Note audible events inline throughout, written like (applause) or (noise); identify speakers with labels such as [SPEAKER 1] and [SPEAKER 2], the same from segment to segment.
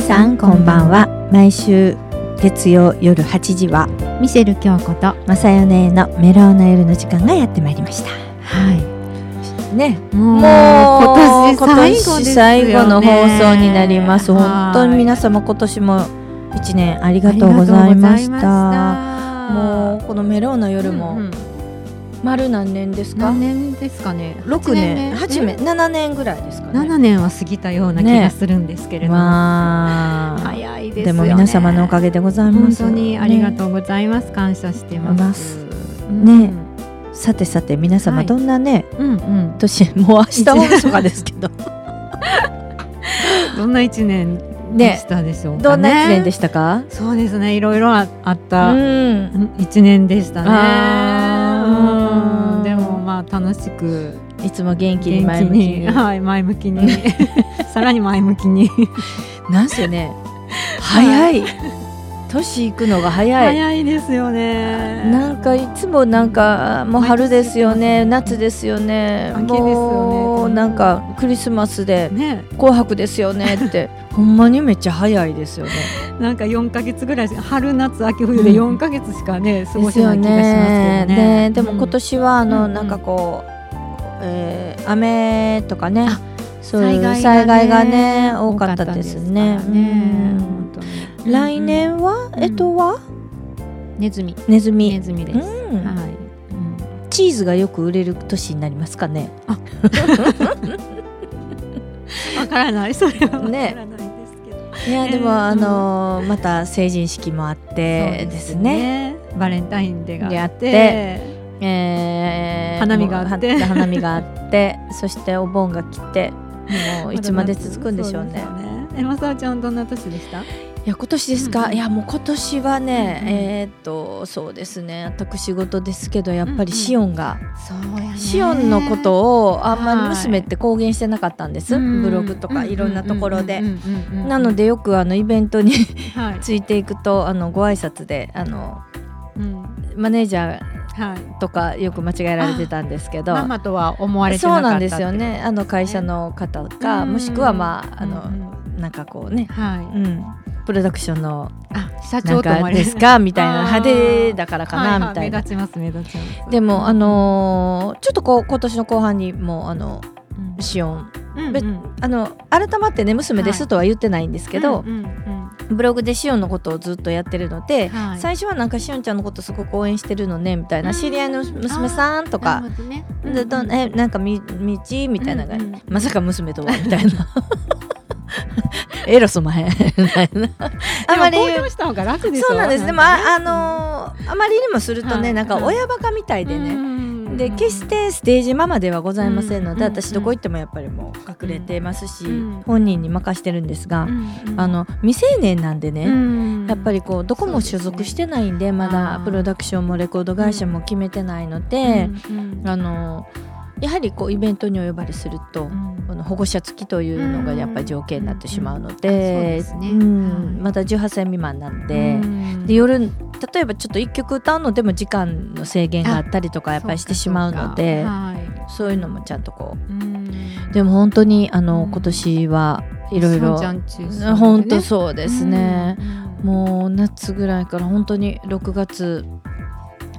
[SPEAKER 1] さんこんばんは毎週月曜夜8時は
[SPEAKER 2] ミシェル京子と、は
[SPEAKER 1] まさよねのメロウな夜の時間がやってまいりました
[SPEAKER 2] い、
[SPEAKER 1] ね
[SPEAKER 2] もう
[SPEAKER 1] もう
[SPEAKER 2] 今年
[SPEAKER 1] 今年
[SPEAKER 2] 最後ですよね。
[SPEAKER 1] 最後の放送になります本当に皆
[SPEAKER 2] さん
[SPEAKER 1] 様今年も一年ありがとうございましたも
[SPEAKER 2] も
[SPEAKER 1] うこのメロウな夜も丸何年ですか、
[SPEAKER 2] 何年ですかね。
[SPEAKER 1] 六年八年
[SPEAKER 2] ね
[SPEAKER 1] 七年ぐらいですかね
[SPEAKER 2] 七年は過ぎたような気
[SPEAKER 1] ね
[SPEAKER 2] がするんですけれども、
[SPEAKER 1] まあ
[SPEAKER 2] 早いですよ
[SPEAKER 1] で
[SPEAKER 2] ね。
[SPEAKER 1] も皆様のおかげでございま
[SPEAKER 2] 本
[SPEAKER 1] す
[SPEAKER 2] 当にありがとうございます。感謝してます。
[SPEAKER 1] ねねさてさて皆様
[SPEAKER 2] はい
[SPEAKER 1] どんなね、
[SPEAKER 2] う
[SPEAKER 1] (laughs)
[SPEAKER 2] んうん。
[SPEAKER 1] 年もう明日大晦日ですけ (laughs) ど
[SPEAKER 2] どんな一年で
[SPEAKER 1] ね
[SPEAKER 2] したでしょう
[SPEAKER 1] ど
[SPEAKER 2] かね。
[SPEAKER 1] んな一年でしたか、
[SPEAKER 2] そうですね。いろいろああっ
[SPEAKER 1] う
[SPEAKER 2] た。
[SPEAKER 1] ん
[SPEAKER 2] 一年でした
[SPEAKER 1] あー
[SPEAKER 2] ね。うんでもまあ楽しく
[SPEAKER 1] いつも元気に
[SPEAKER 2] 元
[SPEAKER 1] 前
[SPEAKER 2] 気
[SPEAKER 1] 向きに
[SPEAKER 2] に (laughs) はい前向き
[SPEAKER 1] (laughs)
[SPEAKER 2] にさらに前向きに
[SPEAKER 1] なんせね早い年いくのが早い
[SPEAKER 2] 早いですよね。
[SPEAKER 1] なんかいつもなんかもう春ですよね夏ですよね
[SPEAKER 2] 秋ですよね
[SPEAKER 1] もうなんかクリスマスで
[SPEAKER 2] ね
[SPEAKER 1] 紅白ですよねって (laughs) ほんまにめっちゃ早いですよね
[SPEAKER 2] なんか四ヶ月ぐらいし春夏秋冬で四ヶ月しかね過ご
[SPEAKER 1] です
[SPEAKER 2] せな
[SPEAKER 1] よ
[SPEAKER 2] い気がしますけど
[SPEAKER 1] ね
[SPEAKER 2] ね。
[SPEAKER 1] ねでも今年はあの、
[SPEAKER 2] うん
[SPEAKER 1] なんかこう、えー雨とかね
[SPEAKER 2] あ
[SPEAKER 1] そういう災害,、がね多かったですね。
[SPEAKER 2] 多かったですからね
[SPEAKER 1] うん
[SPEAKER 2] 本当に
[SPEAKER 1] 来年は、
[SPEAKER 2] うん
[SPEAKER 1] えっとは
[SPEAKER 2] ネズミ
[SPEAKER 1] ネズミ、
[SPEAKER 2] ネズミです。は
[SPEAKER 1] うん
[SPEAKER 2] い。うん
[SPEAKER 1] チーズがよく売れる年になりますかね。
[SPEAKER 2] わからないそれはわからない
[SPEAKER 1] ね
[SPEAKER 2] ですけど。
[SPEAKER 1] いや
[SPEAKER 2] えー
[SPEAKER 1] でも、あのまた成人式もあってですね。
[SPEAKER 2] そうですねバレンタインデーがあって
[SPEAKER 1] でえー
[SPEAKER 2] 花見があって
[SPEAKER 1] もうは花見があってそしてお盆が来
[SPEAKER 2] (laughs)
[SPEAKER 1] てもういつまで続くんでしょうね
[SPEAKER 2] そ。ですよえまさおちゃんどんな年でした？
[SPEAKER 1] いや今年ですか、
[SPEAKER 2] うん
[SPEAKER 1] いやもう今年はね、
[SPEAKER 2] うん
[SPEAKER 1] えーっとそうですね私事ですけどやっぱり
[SPEAKER 2] うん
[SPEAKER 1] シオンが、
[SPEAKER 2] そうやね
[SPEAKER 1] シオンのことをあんまり
[SPEAKER 2] はい
[SPEAKER 1] 娘って公言してなかったんです、ブログとかいろんなところで。な
[SPEAKER 2] な
[SPEAKER 1] のでよくあのイベントに (laughs)
[SPEAKER 2] はい、
[SPEAKER 1] ついていくとあのご挨拶であの
[SPEAKER 2] うん、
[SPEAKER 1] マネージャー
[SPEAKER 2] はい。
[SPEAKER 1] とかよく間違えられてたんですけど
[SPEAKER 2] ママとは思われてな
[SPEAKER 1] そう
[SPEAKER 2] かった
[SPEAKER 1] なんですよねあの会社の方か、
[SPEAKER 2] うん
[SPEAKER 1] もしくはまああの、
[SPEAKER 2] うんうん
[SPEAKER 1] なんかこうね、
[SPEAKER 2] はい。
[SPEAKER 1] うん、プロダクションの
[SPEAKER 2] あ、社
[SPEAKER 1] なん
[SPEAKER 2] 長と思
[SPEAKER 1] か
[SPEAKER 2] われ
[SPEAKER 1] ですかみたいな
[SPEAKER 2] あー
[SPEAKER 1] 派手だからか
[SPEAKER 2] はいは
[SPEAKER 1] なみたい
[SPEAKER 2] 目
[SPEAKER 1] な。
[SPEAKER 2] 立ちます目立ちます。
[SPEAKER 1] でもあのーちょっとこう今年の後半にもうあの
[SPEAKER 2] うん、
[SPEAKER 1] シオン
[SPEAKER 2] うん
[SPEAKER 1] 別あの改まってね娘ですとは言ってないんですけど、
[SPEAKER 2] うんうんうん
[SPEAKER 1] ブログでシオンのことをずっとやってるので、
[SPEAKER 2] はい
[SPEAKER 1] 最初はなんかシオンちゃんのことすごく応援してるのねみたいな、
[SPEAKER 2] うん
[SPEAKER 1] 知り合いの娘さんと
[SPEAKER 2] な
[SPEAKER 1] か
[SPEAKER 2] るほどねうん
[SPEAKER 1] でどんえなんかみ道みたいなのが、
[SPEAKER 2] うんうん
[SPEAKER 1] まさか娘とはみたいな (laughs) エロスまへん (laughs) みたいなあまり
[SPEAKER 2] でも
[SPEAKER 1] 言う
[SPEAKER 2] 公表した方が楽でしょ
[SPEAKER 1] そうなんです。でも、あ、あのーあまりにもするとね、
[SPEAKER 2] はい
[SPEAKER 1] なんか親バカみたいでね。
[SPEAKER 2] ね
[SPEAKER 1] で決してステージママではございませんので、
[SPEAKER 2] うん
[SPEAKER 1] 私どこ行ってもやっぱりもう隠れてますし、
[SPEAKER 2] うん
[SPEAKER 1] 本人に任してるんですが、あの未成年なんでね、やっぱりこうどこも所属してないんでま
[SPEAKER 2] あ
[SPEAKER 1] だ
[SPEAKER 2] ー
[SPEAKER 1] プロダクションもレコード会社も決めてないので、あのーやはりこうイベントにお呼ばれすると、この保護者付きというのがやっぱり条件になってしまうので,、う
[SPEAKER 2] うんうんあそうですね
[SPEAKER 1] んまだ18歳未満なんで,、で夜例えばちょっと1曲歌うのでも時間の制限があったりとかやっぱりしてしまうのでそういうのもちゃんとこうでも本当にあの、
[SPEAKER 2] うん
[SPEAKER 1] 今年はいろいろ本当そうですね、もう夏ぐらいから本当に6月、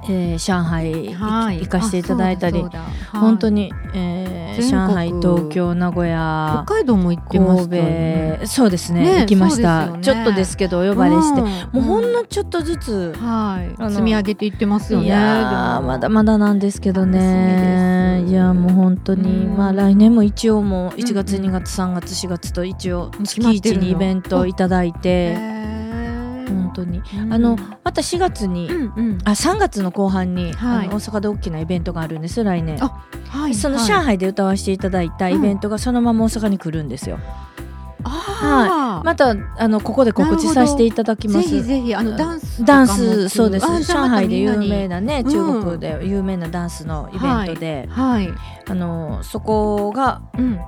[SPEAKER 1] えー上海行,、行かせていただいたり。本当
[SPEAKER 2] に
[SPEAKER 1] に、えー
[SPEAKER 2] 全国
[SPEAKER 1] 上海東京名古屋
[SPEAKER 2] 北海道も行ってま
[SPEAKER 1] 神
[SPEAKER 2] した
[SPEAKER 1] 戸、
[SPEAKER 2] よね
[SPEAKER 1] そうですね
[SPEAKER 2] ね
[SPEAKER 1] 行きました、
[SPEAKER 2] そうです
[SPEAKER 1] ち
[SPEAKER 2] よね
[SPEAKER 1] ょっとですけどお呼ばれして、もうほん
[SPEAKER 2] の
[SPEAKER 1] のちょっとずつ、あの
[SPEAKER 2] 積み上げていってますよね
[SPEAKER 1] いやーまだまだなんですけど
[SPEAKER 2] 楽し
[SPEAKER 1] ね
[SPEAKER 2] みです
[SPEAKER 1] いやーもう本当に、
[SPEAKER 2] うん
[SPEAKER 1] まあ来年も一応もう1月、
[SPEAKER 2] うんう
[SPEAKER 1] 2
[SPEAKER 2] ん
[SPEAKER 1] 月3月4月と一応
[SPEAKER 2] う
[SPEAKER 1] 月
[SPEAKER 2] 決まってる
[SPEAKER 1] 1
[SPEAKER 2] の
[SPEAKER 1] にイベントいただいて、本
[SPEAKER 2] 本
[SPEAKER 1] 当に、
[SPEAKER 2] に
[SPEAKER 1] あのまた4月に、あ3月の後半に、
[SPEAKER 2] はい
[SPEAKER 1] あの大阪で大きなイベントがあるんです来年
[SPEAKER 2] あ
[SPEAKER 1] その上海で歌わせていただいたイベントがそのまま大阪に来るんですよ、
[SPEAKER 2] あー
[SPEAKER 1] またあのここで告知させていただきま
[SPEAKER 2] ぜ
[SPEAKER 1] す
[SPEAKER 2] ひぜひあのダンスと
[SPEAKER 1] ダ
[SPEAKER 2] かも
[SPEAKER 1] ンスそうです
[SPEAKER 2] あじゃ
[SPEAKER 1] 上
[SPEAKER 2] あまた
[SPEAKER 1] 海で
[SPEAKER 2] みんな
[SPEAKER 1] 有
[SPEAKER 2] に
[SPEAKER 1] 名なね
[SPEAKER 2] うん
[SPEAKER 1] 中国で有名なダンスのイベントで、
[SPEAKER 2] はい、
[SPEAKER 1] あのそこが
[SPEAKER 2] うん、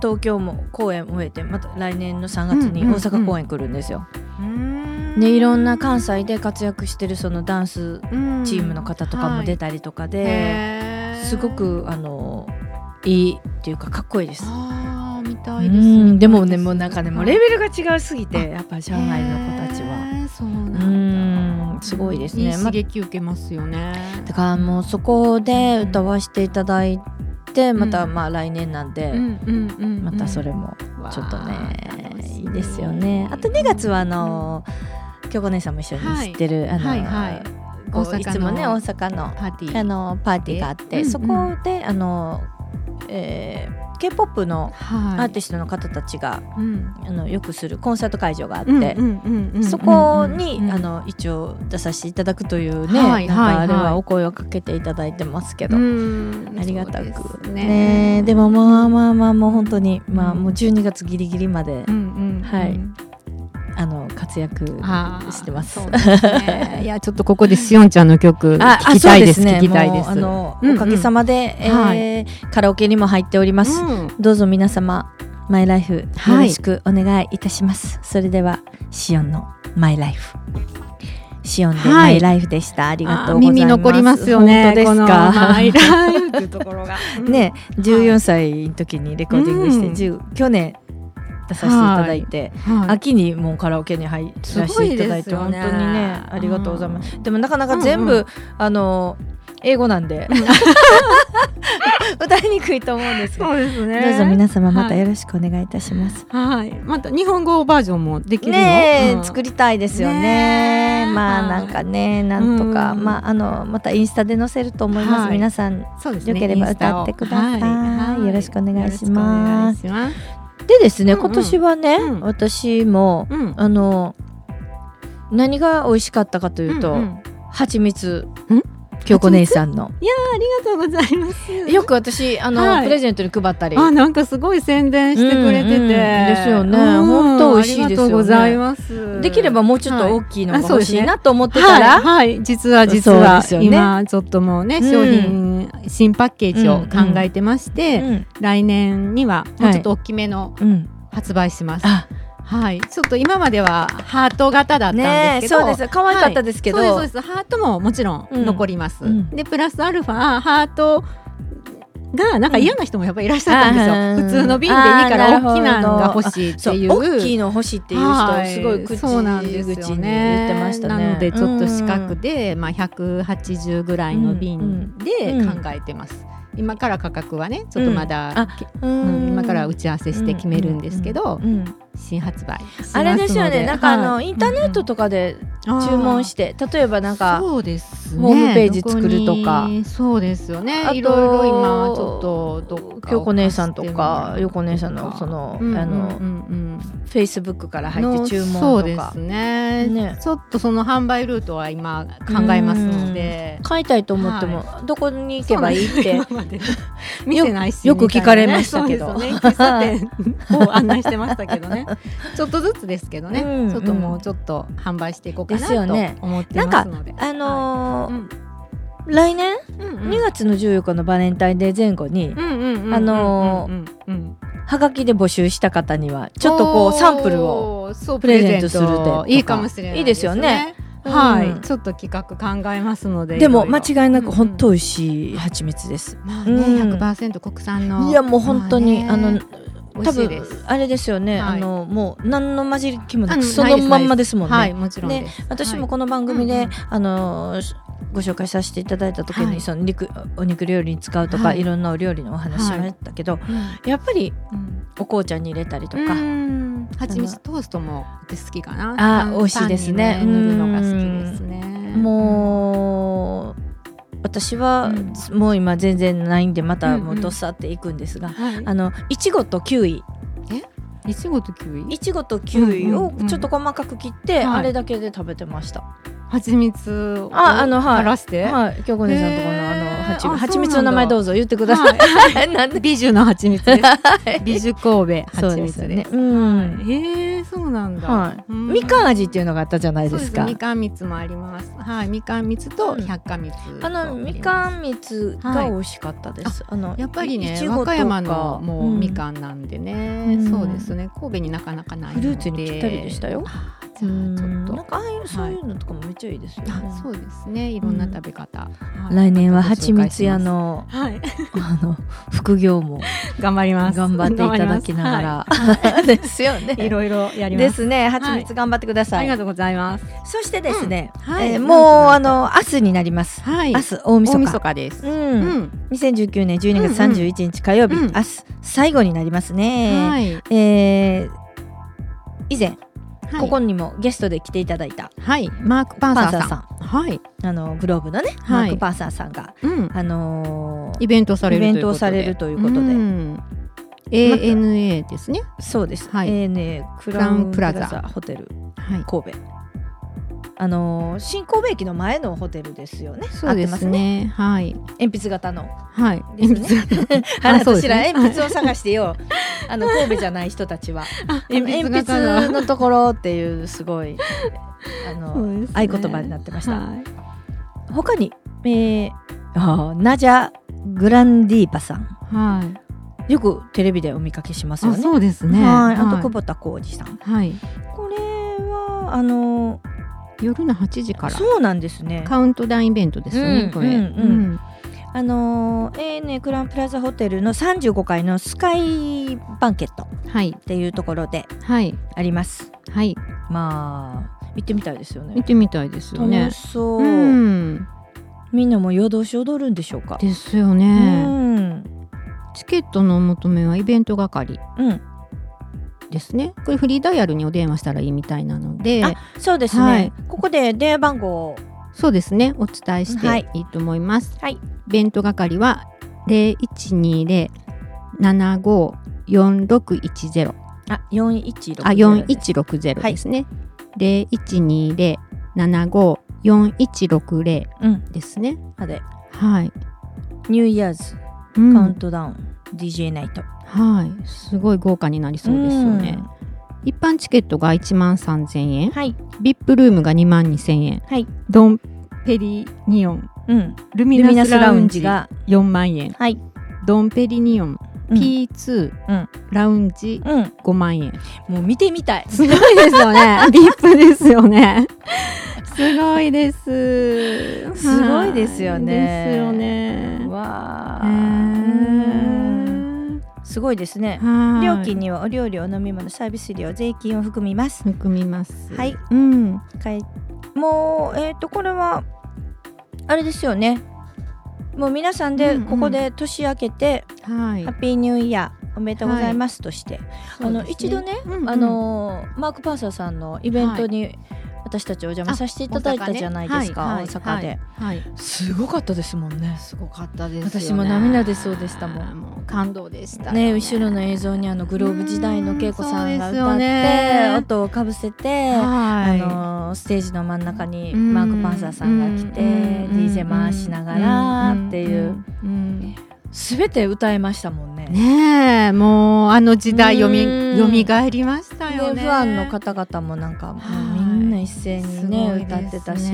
[SPEAKER 1] 東京も公演を終えてまた来年の3月に
[SPEAKER 2] うんうん
[SPEAKER 1] 大阪公演来るんですよ。
[SPEAKER 2] ね
[SPEAKER 1] でいろんな関西で活躍してるそのダンスチームの方とかも出
[SPEAKER 2] て、
[SPEAKER 1] たりとか
[SPEAKER 2] はい
[SPEAKER 1] で、
[SPEAKER 2] へー
[SPEAKER 1] すごくあのいいっていうかかっこいいです。
[SPEAKER 2] あー見たいです。
[SPEAKER 1] でもね、もうなんかね、もうレベルが違いすぎて、やっぱり上海の子たちは。
[SPEAKER 2] そうなん
[SPEAKER 1] すごいですね。
[SPEAKER 2] 刺激受けますよね。
[SPEAKER 1] だからもうそこで歌わせていただいて、またまあ来年なんで、またそれもちょっとね、いいですよね。あと2月はあの、京子姉さんも一緒に知ってる、あの、はいはい大阪いつもね大阪のパーティーあのパーティーがあって、そこであの、えー、k p o p のアーティストの方たちが、あのよくするコンサート会場があってそこにあの一応出させていただくというね、なんかあれはお声をかけていただいてますけど、ありがたくねでもまあまあまあもう本当に、まあもう12月ギリギリまで、はい。あの活躍してます。 (laughs)
[SPEAKER 2] いやちょっとここでしおんちゃんの曲聞きたいです。聞きたいです。
[SPEAKER 1] あのおかげさまでカラオケにも入っております。どうぞ皆様マイライフよろしくお願いいたします。それではしおんのマイライフ。シオンでマイライフでした。ありがとうございます。
[SPEAKER 2] 耳残りますよね。
[SPEAKER 1] ですか。
[SPEAKER 2] マイライフっていうとこ (laughs) ろが。
[SPEAKER 1] (laughs) ね、14歳の時にレコーディングして、去年出させていただいて、秋にもうカラオケに入らせていただいて本当にねありがとうございます、でもなかなか全部、あの英語なんで、 (laughs) 歌いにくいと思うんです
[SPEAKER 2] そうですね
[SPEAKER 1] どうぞ皆様またよろしくお願いいたします、
[SPEAKER 2] はいまた日本語バージョンもできる
[SPEAKER 1] ね、作りたいですよねまあなんかねなんとか、まああのまたインスタで載せると思います、皆さんそうです、よければ歌ってください、よろしくお願いしますでですね、今年はね、私も、あの何が美味しかったかというと、蜂蜜京子姉さんの
[SPEAKER 2] いやありがとうございます
[SPEAKER 1] よく私あの、プレゼントに配ったり
[SPEAKER 2] あなんかすごい宣伝してくれてて、
[SPEAKER 1] ですよね本当美味しいです
[SPEAKER 2] ございます
[SPEAKER 1] できればもうちょっと大きいのが欲しいなと思ってたら
[SPEAKER 2] はい実は実は、今ちょっともうね商品、新パッケージを考えてまして、来年にはもうちょっと大きめの発売します。はい、ちょっと今まではハート型だったんですけど、
[SPEAKER 1] そうです可愛かったですけど、
[SPEAKER 2] そうですハートももちろん残ります。でプラスアルファハートがなんか嫌な人もやっぱりいらっしゃったんですよ、普通の瓶でいいから大きなのが欲しいっていう
[SPEAKER 1] 大きいの欲しいっていう人すごい口,、そうなんですよね、言ってました
[SPEAKER 2] なのでちょっと四角で、まあ、180ぐらいの瓶で考えてます。今から価格はねちょっとまだ、うん今から打ち合わせして決めるんですけど、新発売
[SPEAKER 1] あれですよねなんかあの、インターネットとかで注文して、例えばなんか
[SPEAKER 2] そうです、
[SPEAKER 1] ホームページ作るとか
[SPEAKER 2] そうですよねいろいろ今ちょっと
[SPEAKER 1] 京子姉さんとか横姉さんのその、あの、フェイスブックから入って注文とか
[SPEAKER 2] そうですねねちょっとその販売ルートは今考えますので
[SPEAKER 1] 買いたいと思っても、どこに行けばいいって。
[SPEAKER 2] 見せないし
[SPEAKER 1] よく聞かれましたけど、
[SPEAKER 2] ね、喫茶店を案内してましたけどね (laughs) ちょっとずつですけどね、ちょっともうちょっと販売していこうかなと思ってますので。
[SPEAKER 1] (laughs) あの来年、う2月の14日のバレンタインデー前後にあのはがきで募集した方にはちょっとこうサンプルをプレゼントすると
[SPEAKER 2] いいかもしれない
[SPEAKER 1] いいですよね
[SPEAKER 2] はい、ちょっと企画考えますので。
[SPEAKER 1] でも間違いなく本当美味しい蜂蜜です。
[SPEAKER 2] まあね、百パーセント国産の。
[SPEAKER 1] いやもう本当に、あの。多分あれですよね、あのもう何の混じり気もなくそのまんまですもんね。
[SPEAKER 2] はい、もちろんで
[SPEAKER 1] 私もこの番組で、あのご紹介させていただいた時に、その肉お肉料理に使うとか、い、ろんなお料理のお話しましたけど、やっぱり、お紅茶に入れたりとか。
[SPEAKER 2] 蜂蜜トーストも好きか
[SPEAKER 1] な。あ、美味しいですね。
[SPEAKER 2] 塗るのが好きですね。
[SPEAKER 1] もう。私はもう今全然ないんでまたもうどっさっていくんですが、あのいちごとキウイ
[SPEAKER 2] いちごとキウイ
[SPEAKER 1] いちごとキウイをちょっと細かく切って、あれだけで食べてました
[SPEAKER 2] 蜂蜜を
[SPEAKER 1] ああのはい
[SPEAKER 2] らして
[SPEAKER 1] はい京子姉さんとこのあの蜂蜂蜜の名前どうぞ言ってくださ (laughs) い、、
[SPEAKER 2] なんで美女の蜂蜜です美女神戸蜂蜜ねうんへえそうなんだ、はい
[SPEAKER 1] みかん味っていうのがあったじゃないですか
[SPEAKER 2] みかん蜜もありますはいみかん蜜と百花蜜
[SPEAKER 1] あのみかん蜜が美味しかったです、あの
[SPEAKER 2] やっぱりね和歌山のもうみかんなんでね、そうですね神戸になかなかない、
[SPEAKER 1] フルーツにぴったりでしたよじゃあちょっとなんかああいうそういうのとかもめっちゃいいですよね、はい
[SPEAKER 2] そうですねいろんな食べ方、
[SPEAKER 1] はい、来年ははちみつ屋の,、はい、あの副業も
[SPEAKER 2] 頑張ります
[SPEAKER 1] 頑張っていただきながら、はい、ですよね
[SPEAKER 2] いろいろやります
[SPEAKER 1] ですねはちみつ頑張ってください、あ
[SPEAKER 2] りがとうございます
[SPEAKER 1] そしてですね、うん、はい、えー、もうあの明日になります、はい、明日大晦日
[SPEAKER 2] 晦日です、うん
[SPEAKER 1] うん、2019年12月31日火曜日、うんうん、明日最後になりますね、はい、えー、以前はい、ここにもゲストで来ていただいた、
[SPEAKER 2] はい、マーク・パンサーさん
[SPEAKER 1] はい、あのグローブのね、はい、マーク・パンサーさんが、うん、あの
[SPEAKER 2] ー、イベントされる
[SPEAKER 1] イベントをされるということで。うん
[SPEAKER 2] ANA ですね。
[SPEAKER 1] そうです。はい、ANA クラウンプラザホテル、はい、神戸。あのー、新神戸駅の前のホテルですよね。
[SPEAKER 2] そうですね。
[SPEAKER 1] ねはい。鉛筆型の。
[SPEAKER 2] はい。
[SPEAKER 1] ですね。あら、そちら、ね、鉛筆を探してよ。あの神戸じゃない人たちは。 (laughs) 鉛筆のところっていうすごい。あの、ね、合言葉になってました。はい、他に、えー、あナジャグランディーパさん。はい。よくテレビでお見かけしますよね。
[SPEAKER 2] そうですね。
[SPEAKER 1] はい、あと久保田浩二さん。はい。これはあの
[SPEAKER 2] 夜の8時から
[SPEAKER 1] そうなんですね、
[SPEAKER 2] カウントダウンイベントですよね、うん、これ、うんうん
[SPEAKER 1] あのー、ANA クランプラザホテルの35階のスカイバンケットっていうところであります、
[SPEAKER 2] はい、
[SPEAKER 1] まあ行ってみたいですよね
[SPEAKER 2] 行ってみたいですよね
[SPEAKER 1] 楽しそう、うん、みんなも夜通し踊るんでしょうか
[SPEAKER 2] ですよね、うん、チケットのお求めはイベント係、うんですね。これフリーダイヤルにお電話したらいいみたいなので、
[SPEAKER 1] そうですね、はい。ここで電話番号
[SPEAKER 2] そうですね。お伝えしていいと思います。はい。弁、は、当、い、係は零一二零七五四六一ゼロ。
[SPEAKER 1] あ、四一
[SPEAKER 2] 六あ、四一六ゼロですね。零一二零七五四一六零ですね。
[SPEAKER 1] あ、う、れ、ん。
[SPEAKER 2] はい。
[SPEAKER 1] ニューイヤーズ、うん、カウントダウン DJ ナイト。
[SPEAKER 2] はい、すごい豪華になりそうですよね。一般チケットが1万3000円、はい、VIP ルームが2万2000円、はい、ドンペリニオン、うん、ルミナスラウンジが4万円、はい、ドンペリニオン、うん、P2、うん、ラウンジ5万円、
[SPEAKER 1] もう見てみたい
[SPEAKER 2] すごいですよ (laughs) ね VIP ですよねすごいです
[SPEAKER 1] すごいですよね
[SPEAKER 2] ですよね
[SPEAKER 1] わあ、えーすごいですね。料金にはお料理、お飲み物、サービス料、税金を含みます。
[SPEAKER 2] 含みます。
[SPEAKER 1] はい。うん。かいもうえっ、ー、とこれはあれですよね。もう皆さんでここで年明けて、うんうん、ハッピーニューイヤー。おめでとうございますとして、はい、あの、ね、一度ね、うんうん、あのマーク・パンサーさんのイベントに私たちお邪魔させていただいたじゃないですか、大阪、ね,はい、阪で、はい、すごかったですもんね
[SPEAKER 2] すごかったです、
[SPEAKER 1] ね、私も涙出そうでしたもん
[SPEAKER 2] もう感動でした
[SPEAKER 1] ね後ろの映像にあのグローブ時代の恵子さんが歌って、ね、音をかぶせて、あのステージの真ん中にマーク・パンサーさんが来て、DJ 回しながらっていう。すべて歌えましたもんね。
[SPEAKER 2] ねえ、もうあの時代よみ、よみがえりましたよね。、
[SPEAKER 1] ファンの方々もなんか、もうみんな一斉にね、歌ってたし。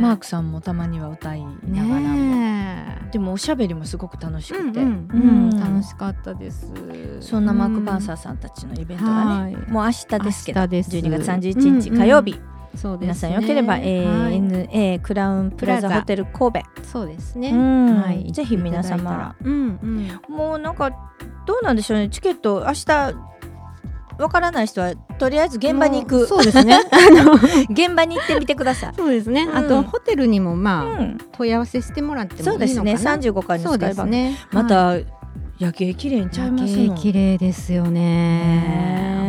[SPEAKER 1] マークさんもたまには歌いながらも、ね、でもおしゃべりもすごく楽しくて、うん
[SPEAKER 2] うんうん、楽しかったです
[SPEAKER 1] そんなマーク・パンサーさんたちのイベントがね、うん、もう明日ですけどです12月31日火曜日、うんうんそうです、ね、皆さんよければ、はい、ANA クラウンプラザホテル神
[SPEAKER 2] 戸そうですね、
[SPEAKER 1] はい、ぜひ皆様、うんうん、もうなんかどうなんでしょうねチケット明日わからない人はとりあえず現場に行く
[SPEAKER 2] そうですね
[SPEAKER 1] (laughs) 現場に行ってみてください
[SPEAKER 2] そうですね、うん、あとホテルにもまあ、うん、問い合わせしてもらってもいいの
[SPEAKER 1] そうですね35階のスカイバね、また、はい、夜景綺麗にちゃいます
[SPEAKER 2] 夜景綺麗ですよね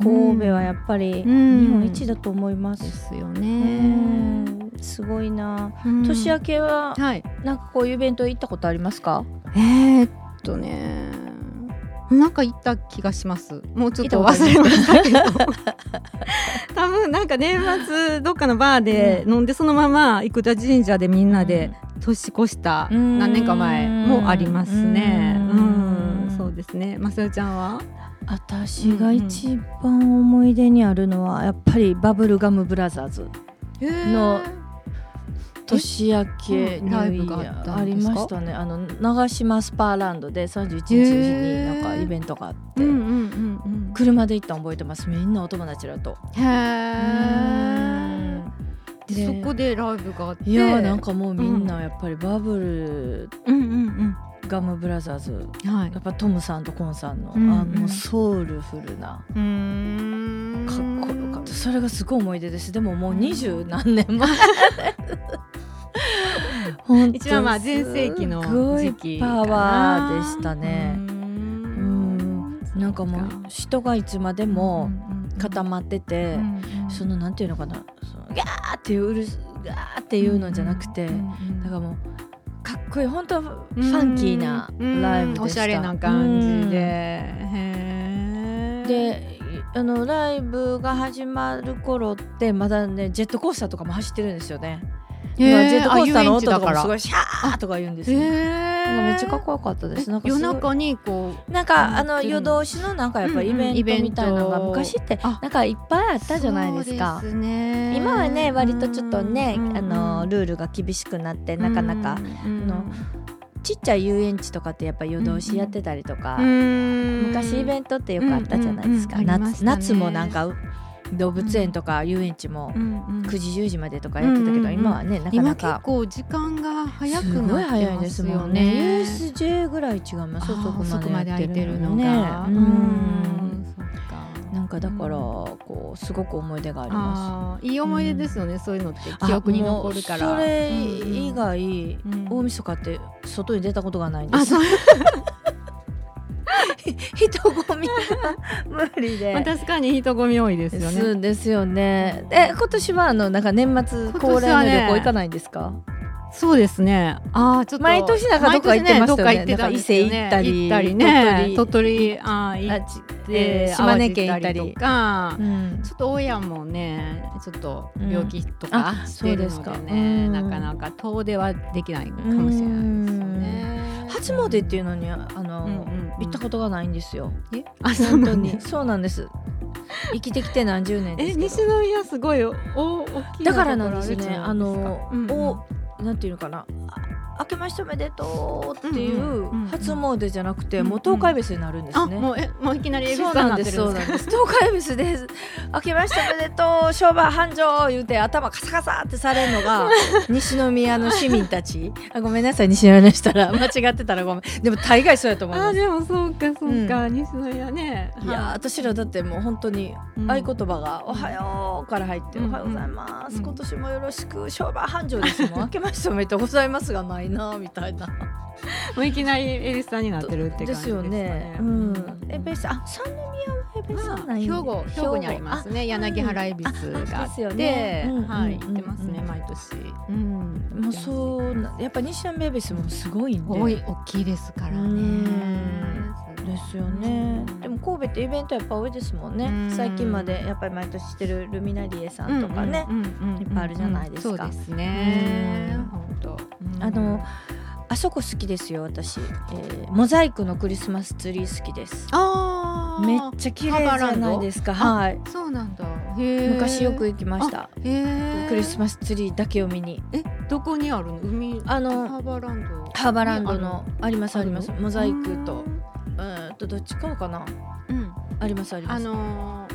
[SPEAKER 1] 神戸はやっぱり日本一だと思います。うん、
[SPEAKER 2] ですよね。
[SPEAKER 1] すごいな、うん。年明けは、はい、なんかこういうイベント行ったことありますか？
[SPEAKER 2] えー、っとね、なんか行った気がします。もうちょっと忘れまし
[SPEAKER 1] (laughs)
[SPEAKER 2] たけど。多分なんか年末どっかのバーで飲んでそのまま生田神社でみんなで年越した何年か前もありますね。うん、そうですね。マスちゃんは？
[SPEAKER 1] 私が一番思い出にあるのはやっぱりバブルガムブラザーズの年明けにありましたねあの長島スパーランドで31日になんかイベントがあって、車で行ったの覚えてますみんなお友達らと。へ
[SPEAKER 2] ーでそこでライブがあって
[SPEAKER 1] いやなんかもうみんなやっぱりバブル、うんうんうん、ガムブラザーズ、はい、やっぱトムさんとコンさんの、うん、あのソウルフルな、うん、かっこよかったそれがすごい思い出ですでももう二十何年 (laughs) 前
[SPEAKER 2] 本当一番まあ全盛期の時
[SPEAKER 1] 期パワーでしたねうんなんかもう人がいつまでも固まってて、うんうん、そのなんていうのかなそのギャーっていううるギャーっていうのじゃなくて、うん、だからもうかっこいい本当ファンキーなライブでした、お
[SPEAKER 2] しゃれな感じで、
[SPEAKER 1] であのライブが始まる頃ってまだねジェットコースターとかも走ってるんですよねジェットコースターの音とかもすごいシャーとか言うんですよ、めっちゃかっこよかったですなんか
[SPEAKER 2] 夜中にこ
[SPEAKER 1] うなんかあの夜通しのなんかやっぱイベントみたいなのが昔ってなんかいっぱいあったじゃないですか今はね割とちょっとね、あのルールが厳しくなってなかなか、あのちっちゃい遊園地とかってやっぱ夜通しやってたりとか、昔イベントってよくあったじゃないですか、夏夏もなんか動物園とか遊園地も9時10時までとかやってたけど、今はねなかなか
[SPEAKER 2] 結構時間が早く
[SPEAKER 1] なってますよね早いですもんね USJ ぐらい違います
[SPEAKER 2] 遅くまでやってるのね
[SPEAKER 1] なんかだから、こうすごく思い出があります
[SPEAKER 2] いい思い出ですよね、そういうのって記憶に残るから
[SPEAKER 1] それ以外、大晦日って外に出たことがないんです (laughs) 人混みは無理
[SPEAKER 2] (laughs)
[SPEAKER 1] で、
[SPEAKER 2] 確かに人混み多いですよね。
[SPEAKER 1] そうですよね。え今年はあのなんか年末恒例の旅行行かないんですか？
[SPEAKER 2] そうですね。ああ、ちょっと
[SPEAKER 1] 毎年なんかどっか行ってましたよね。
[SPEAKER 2] ね
[SPEAKER 1] 伊勢行ったり、
[SPEAKER 2] 鳥取あ行って、
[SPEAKER 1] 島根県行ったり
[SPEAKER 2] とか、ちょっと大家もね、ちょっと病気とかしてるのでね、なかなか遠出はできないかもしれないですよね。
[SPEAKER 1] 初詣っていうのにあの、行ったことがないんですよ。え、あ本当にそうなんです。生きてきて何十年
[SPEAKER 2] え、西宮すごいお
[SPEAKER 1] 大きいだからなんですね。あの、おなんていうのかな。明けましておめでとうっていう初詣じゃなくて、もう東海別になるんですね。
[SPEAKER 2] もうえもういきなり
[SPEAKER 1] そうなんですそうなんです。東海別で明けましておめでとう商売繁盛言うて頭カサカサってされるの (laughs) が西宮の市民たち。あごめんなさい西宮の人ら間違ってたらごめん。でも大概そうやと思います。
[SPEAKER 2] あでもそうかそうか、西宮ね。
[SPEAKER 1] いや私らだってもう本当に合言葉がおはようから入っておはようございます、今年もよろしく商売繁盛です
[SPEAKER 2] (laughs)
[SPEAKER 1] もん明けましておめでとうございますがない。なみたいな。
[SPEAKER 2] もういきなりエビスさんになってるって感じ。
[SPEAKER 1] ですよね。うん。エビスあ三宮はエビスない
[SPEAKER 2] 兵庫兵庫にありますね。柳原エビスがあって、はい行ってますね毎年。うん。
[SPEAKER 1] もうそうやっぱ西宮エビスもすごいんで。
[SPEAKER 2] 多い大きいですからね。
[SPEAKER 1] ですよね、でも神戸ってイベントやっぱ多いですもんね、最近までやっぱり毎年してるルミナリエさんとかねいっぱいあるじゃないですか。
[SPEAKER 2] そうですね、本当
[SPEAKER 1] あのあそこ好きですよ私、えー、モザイクのクリスマスツリー好きですあめっちゃ綺麗じゃないですかはい
[SPEAKER 2] そうなんだ
[SPEAKER 1] 昔よく行きましたクリスマスツリーだけを見に
[SPEAKER 2] えどこにあるの海
[SPEAKER 1] あの
[SPEAKER 2] ハーバーランド
[SPEAKER 1] ハーバーランドのありますありますモザイクとうんとどっちかかなうんありますあります
[SPEAKER 2] あの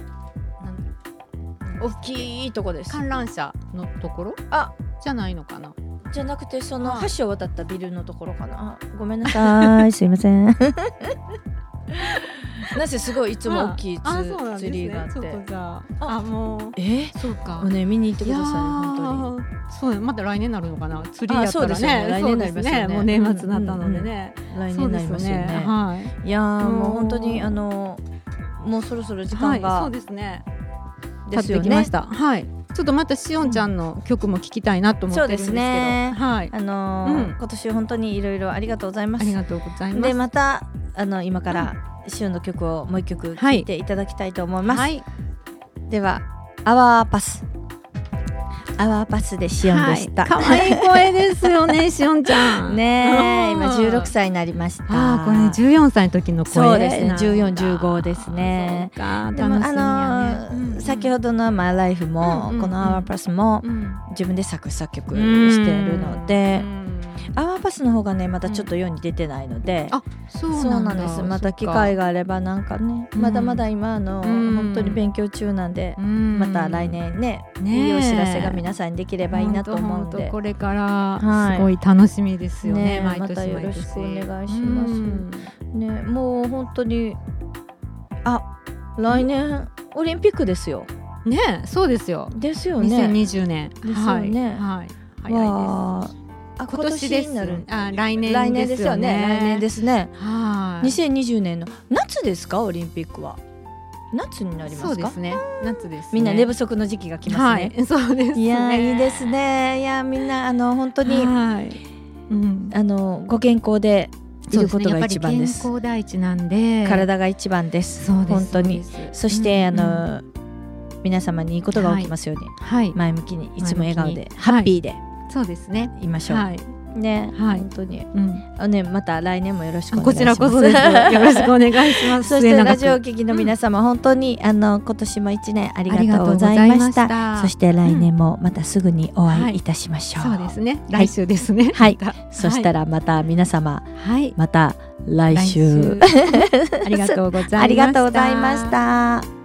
[SPEAKER 1] 大きいとこです
[SPEAKER 2] 観覧車のところ
[SPEAKER 1] あ
[SPEAKER 2] じゃないのかな
[SPEAKER 1] じゃなくてその橋を渡ったビルのところかなごめんなさいすいません (laughs) なぜすごいいつも大きいツ,、ね、ツリーがあって
[SPEAKER 2] ああもう
[SPEAKER 1] え
[SPEAKER 2] そうか
[SPEAKER 1] ね見に行ってください本
[SPEAKER 2] 当にそうまた来年なるのかな釣りやったらね
[SPEAKER 1] 来年なりますね
[SPEAKER 2] もう年末なったのでね、
[SPEAKER 1] 来年なりますよねはいいやもう本当にあのもうそろそろ時間が、
[SPEAKER 2] そうですねですよねはいちょっとまたしおんちゃんの曲も聞きたいなと思ってるんですけど、はい
[SPEAKER 1] あの今年本当にいろいろありがとうございます
[SPEAKER 2] ありがとうございます
[SPEAKER 1] でまたあの今からしおんの曲をもう一曲聴いていただきたいと思います、ではアワーパスアワーパスでしおんでした。
[SPEAKER 2] 可、はい、い声ですよね、しおんちゃ
[SPEAKER 1] (laughs)
[SPEAKER 2] ん。
[SPEAKER 1] ね、今16歳になりました。
[SPEAKER 2] あ、これ14歳の時の声。
[SPEAKER 1] そうですね、14、15ですね。でも、ね、あの、うんうん、先ほどのマイライフも、うんうん、このアワーパスも、うん、自分で作作曲してるので。アワーパスの方がねまだちょっと世に出てないので、
[SPEAKER 2] うん、あそうなんです
[SPEAKER 1] また機会があればなんかね、うん、まだまだ今の、うん、本当に勉強中なんで、うん、また来年ねねいいお知らせが皆さんにできればいいなと思うんで
[SPEAKER 2] これからすごい楽しみですよね,
[SPEAKER 1] はいね、またよろしくお願いします、ねもう本当にあ来年オリンピックですよ
[SPEAKER 2] ねそうですよ
[SPEAKER 1] ですよね
[SPEAKER 2] 2020年、
[SPEAKER 1] ですよね、はい
[SPEAKER 2] はい、早いです
[SPEAKER 1] あ今年です。
[SPEAKER 2] あ来年、ね、来
[SPEAKER 1] 年ですよね。来年ですね。。
[SPEAKER 2] はい
[SPEAKER 1] 2020年の夏ですかオリンピックは。夏になります
[SPEAKER 2] そうですね。夏です、ね、
[SPEAKER 1] みんな寝不足の時期が来ますね。
[SPEAKER 2] はい、そうです、ね、
[SPEAKER 1] いやいいですね。いやみんなあの本当に、はい、うん、あのご健康で。いることが一番です。
[SPEAKER 2] 健康第一なんで。
[SPEAKER 1] 体が一番です。そうです本当に。そして、うんうん、あの皆様にいいことが起きますように、はい、前向きにいつも笑顔でハッピーで。はい
[SPEAKER 2] そうですね。
[SPEAKER 1] いましょう。はい、ね、はい、本当に、うん、あね、また来年もよろしく
[SPEAKER 2] こちらこ
[SPEAKER 1] (laughs)
[SPEAKER 2] そです。よろしくお願いします。
[SPEAKER 1] そしてラジオ聞きの皆様、うん、本当にあの今年も一年ありがとうございました。したそして来年もまたすぐにお会いいたしましょう。
[SPEAKER 2] うんはい、そうですね。来週ですね。
[SPEAKER 1] はい。はい、そしたらまた皆様、はい、また来週。 (laughs)
[SPEAKER 2] ありがとうございました。あ
[SPEAKER 1] りがとうございました。